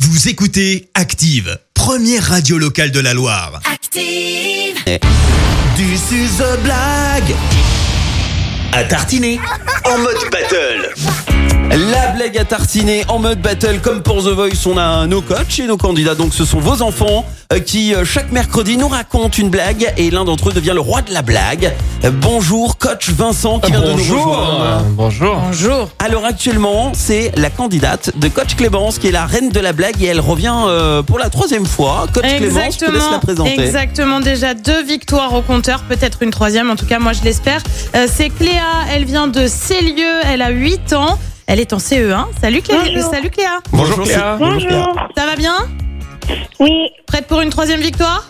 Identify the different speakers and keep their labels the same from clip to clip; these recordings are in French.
Speaker 1: Vous écoutez Active, première radio locale de la Loire.
Speaker 2: Active.
Speaker 3: Du suzo blague à tartiner en mode battle. La blague à tartiner en mode battle, comme pour The Voice, on a nos coachs et nos candidats. Donc, ce sont vos enfants euh, qui, euh, chaque mercredi, nous racontent une blague et l'un d'entre eux devient le roi de la blague. Euh, bonjour, coach Vincent qui vient de nous rejoindre.
Speaker 4: bonjour.
Speaker 5: Bonjour.
Speaker 3: Alors, actuellement, c'est la candidate de coach Clémence qui est la reine de la blague et elle revient euh, pour la troisième fois. Coach Clémence, je te laisse la présenter.
Speaker 5: exactement. Déjà deux victoires au compteur, peut-être une troisième, en tout cas, moi je l'espère. Euh, c'est Cléa, elle vient de Célieu, elle a 8 ans. Elle est en CE1. Salut Cléa.
Speaker 6: Bonjour.
Speaker 5: Salut Cléa.
Speaker 4: Bonjour, Cléa.
Speaker 6: Bonjour.
Speaker 5: Ça va bien
Speaker 6: Oui,
Speaker 5: Prête pour une troisième victoire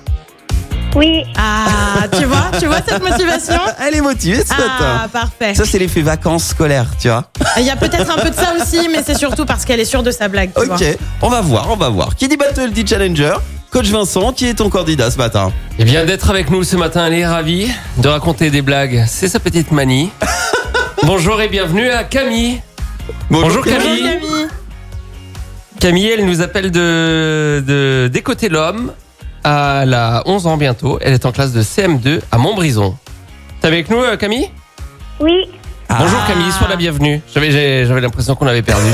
Speaker 6: oui.
Speaker 5: Ah, tu vois, tu vois cette motivation
Speaker 3: Elle est motivée ce matin.
Speaker 5: Ah, parfait.
Speaker 3: Ça, c'est l'effet vacances scolaires, tu vois.
Speaker 5: Il y a peut-être un peu de ça aussi, mais c'est surtout parce qu'elle est sûre de sa blague. tu vois.
Speaker 3: Ok, on va voir, on va voir. Qui dit battle dit challenger. Coach Vincent, qui est ton candidat ce matin
Speaker 4: Il vient d'être avec nous ce matin, elle est ravie de raconter des blagues. C'est sa petite manie. Bonjour et bienvenue à Camille. Bonjour,
Speaker 5: Bonjour
Speaker 4: Camille.
Speaker 5: Camille.
Speaker 4: Camille, elle nous appelle de, de des côtés de l'homme. Elle a 11 ans bientôt. Elle est en classe de CM2 à Montbrison. T'es avec nous, euh, Camille
Speaker 6: Oui,
Speaker 3: Ah.
Speaker 4: Bonjour Camille, sois la bienvenue. J'avais, j'ai- j'avais l'impression qu'on avait perdu.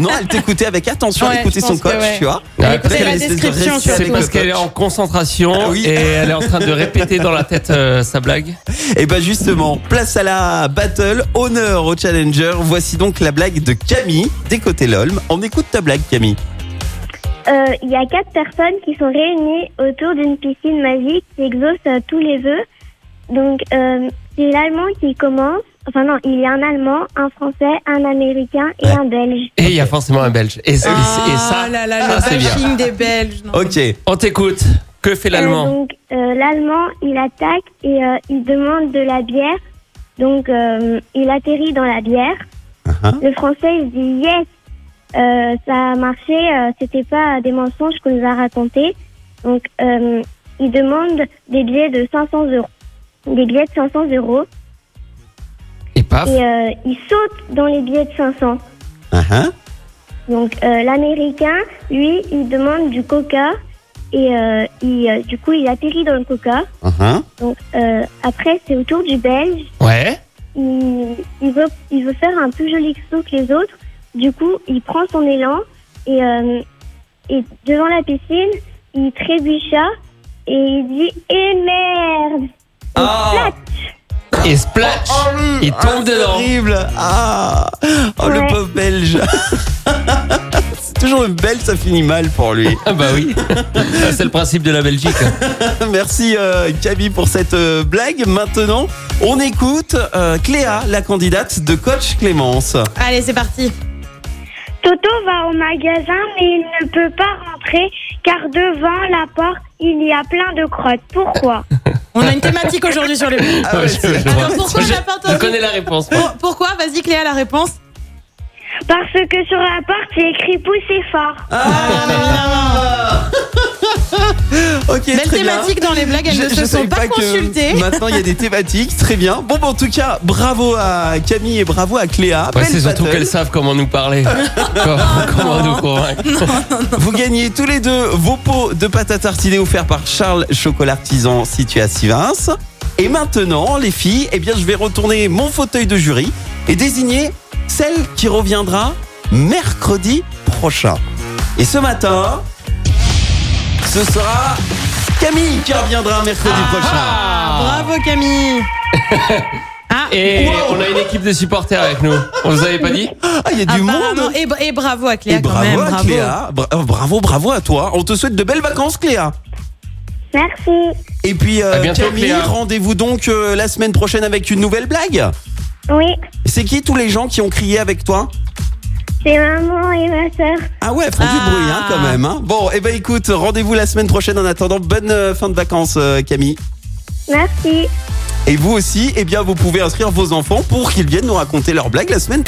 Speaker 3: Non, elle t'écoutait avec attention,
Speaker 5: Ouais,
Speaker 3: elle écoutait
Speaker 5: je
Speaker 3: son
Speaker 5: pense
Speaker 3: coach,
Speaker 5: que ouais.
Speaker 3: tu vois.
Speaker 4: Ah,
Speaker 5: écoutait
Speaker 3: Après,
Speaker 5: la
Speaker 3: elle essaie de
Speaker 5: description,
Speaker 3: rester
Speaker 5: surtout.
Speaker 4: C'est
Speaker 3: avec
Speaker 4: parce
Speaker 3: le
Speaker 4: qu'elle est
Speaker 3: coach.
Speaker 4: en concentration
Speaker 3: Ah oui.
Speaker 4: et elle est en train de répéter dans la tête euh, sa blague.
Speaker 3: Et bah justement, place à la battle, honneur au challenger. Voici donc la blague de Camille, des côtés l'Olm. On écoute ta blague, Camille.
Speaker 6: Euh, il y a quatre personnes qui sont réunies autour d'une piscine magique qui exauce euh, tous les vœux. Donc, euh, c'est l'Allemand qui commence. Enfin non, il y a un Allemand, un Français, un Américain et
Speaker 3: Ouais.
Speaker 6: un Belge.
Speaker 4: Et il y a forcément un Belge. Et, et- et ça,
Speaker 5: Ah là là,
Speaker 4: ça,
Speaker 5: le
Speaker 4: c'est bien.
Speaker 5: bashing des Belges. non.
Speaker 3: Ok,
Speaker 4: On t'écoute. Que fait
Speaker 6: Euh,
Speaker 4: l'allemand
Speaker 6: donc, euh, l'Allemand, il attaque et euh, il demande de la bière. Donc, euh, il atterrit dans la bière. Le Français, il se dit yes, Euh, ça a marché, euh, c'était pas des mensonges qu'on nous a racontés. Donc, euh, il demande des billets de 500 euros. Des billets de 500 euros.
Speaker 4: Et paf.
Speaker 6: Et euh, il saute dans les billets de 500.
Speaker 3: Uh-huh.
Speaker 6: Donc euh, l'américain, lui, il demande du coca et euh, il, euh, du coup il atterrit dans le coca.
Speaker 3: Uh-huh.
Speaker 6: Donc euh, après c'est au tour du belge.
Speaker 4: Ouais.
Speaker 6: Il, il veut, il veut faire un plus joli saut que les autres. Du coup il prend son élan et, euh, et devant la piscine il trébucha et il dit eh merde.
Speaker 3: Ah,
Speaker 4: Et splash. Il tombe
Speaker 3: c'est
Speaker 4: dedans.
Speaker 3: horrible. Ah, oh le
Speaker 6: Ouais.
Speaker 3: pauvre belge. c'est toujours le belge, ça finit mal pour lui.
Speaker 4: Ah bah oui. c'est le principe de la Belgique.
Speaker 3: Merci euh, Camille pour cette euh, blague. Maintenant, on écoute euh, Cléa, la candidate de coach Clémence.
Speaker 5: Allez, c'est parti.
Speaker 6: Toto va au magasin mais il ne peut pas rentrer car devant la porte il y a plein de crottes. Pourquoi
Speaker 5: On a une thématique aujourd'hui sur le.
Speaker 3: Ah ouais,
Speaker 4: je,
Speaker 3: c'est-
Speaker 4: je
Speaker 5: Alors
Speaker 4: vois.
Speaker 5: pourquoi
Speaker 4: Je-
Speaker 5: j'ai pas
Speaker 4: je
Speaker 5: entendu
Speaker 4: connais la réponse.
Speaker 5: Pour- Pourquoi Vas-y Cléa, la réponse.
Speaker 6: Parce que sur la porte, il est écrit poussez fort.
Speaker 3: Ah Ok,
Speaker 5: Belle
Speaker 3: Eh, très bien.
Speaker 5: thématique dans les blagues, elles ne se
Speaker 3: savais
Speaker 5: sont pas,
Speaker 3: que
Speaker 5: consultées.
Speaker 3: Maintenant, il y a des thématiques. Très bien. Bon, bah, en tout cas, bravo à Camille et bravo à Cléa.
Speaker 4: Ouais,
Speaker 3: Belle
Speaker 4: c'est surtout
Speaker 3: battle.
Speaker 4: qu'elles savent comment nous parler. comment,
Speaker 5: Ah,
Speaker 4: comment nous convaincre.
Speaker 3: Vous gagnez tous les deux vos pots de pâte à tartiner offerts par Charles Chocolat Artisan situé à Sivins. Et maintenant, les filles, eh bien, je vais retourner mon fauteuil de jury et désigner celle qui reviendra mercredi prochain. Et ce matin, ce sera Camille qui reviendra mercredi prochain.
Speaker 5: Ah, Bravo Camille. Ah,
Speaker 4: Et on a une équipe de supporters avec nous. On vous avait pas dit
Speaker 3: Ah, il y a du
Speaker 5: apparemment.
Speaker 3: monde
Speaker 5: bah, Et, bra- et bravo à Cléa
Speaker 3: Et
Speaker 5: quand
Speaker 3: bravo
Speaker 5: même.
Speaker 3: à
Speaker 5: Bravo.
Speaker 3: Cléa. Bra- euh, bravo, bravo à toi. On te souhaite de belles vacances, Cléa.
Speaker 6: Merci.
Speaker 3: Et puis, euh,
Speaker 4: À bientôt,
Speaker 3: Camille,
Speaker 4: Cléa.
Speaker 3: rendez-vous donc euh, la semaine prochaine avec une nouvelle blague.
Speaker 6: Oui,
Speaker 3: C'est qui tous les gens qui ont crié avec toi
Speaker 6: c'est maman et ma soeur.
Speaker 3: Ah ouais, elles font
Speaker 5: Ah.
Speaker 3: du bruit hein, quand même. hein. Bon, eh ben écoute, rendez-vous la semaine prochaine. En attendant, bonne euh, fin de vacances, euh, Camille.
Speaker 6: Merci.
Speaker 3: Et vous aussi, eh bien, vous pouvez inscrire vos enfants pour qu'ils viennent nous raconter leurs blagues la semaine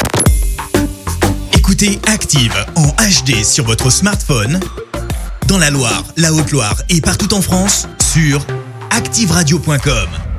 Speaker 1: Écoutez Active en HD sur votre smartphone, dans la Loire, la Haute-Loire et partout en France, sur activeradio.com.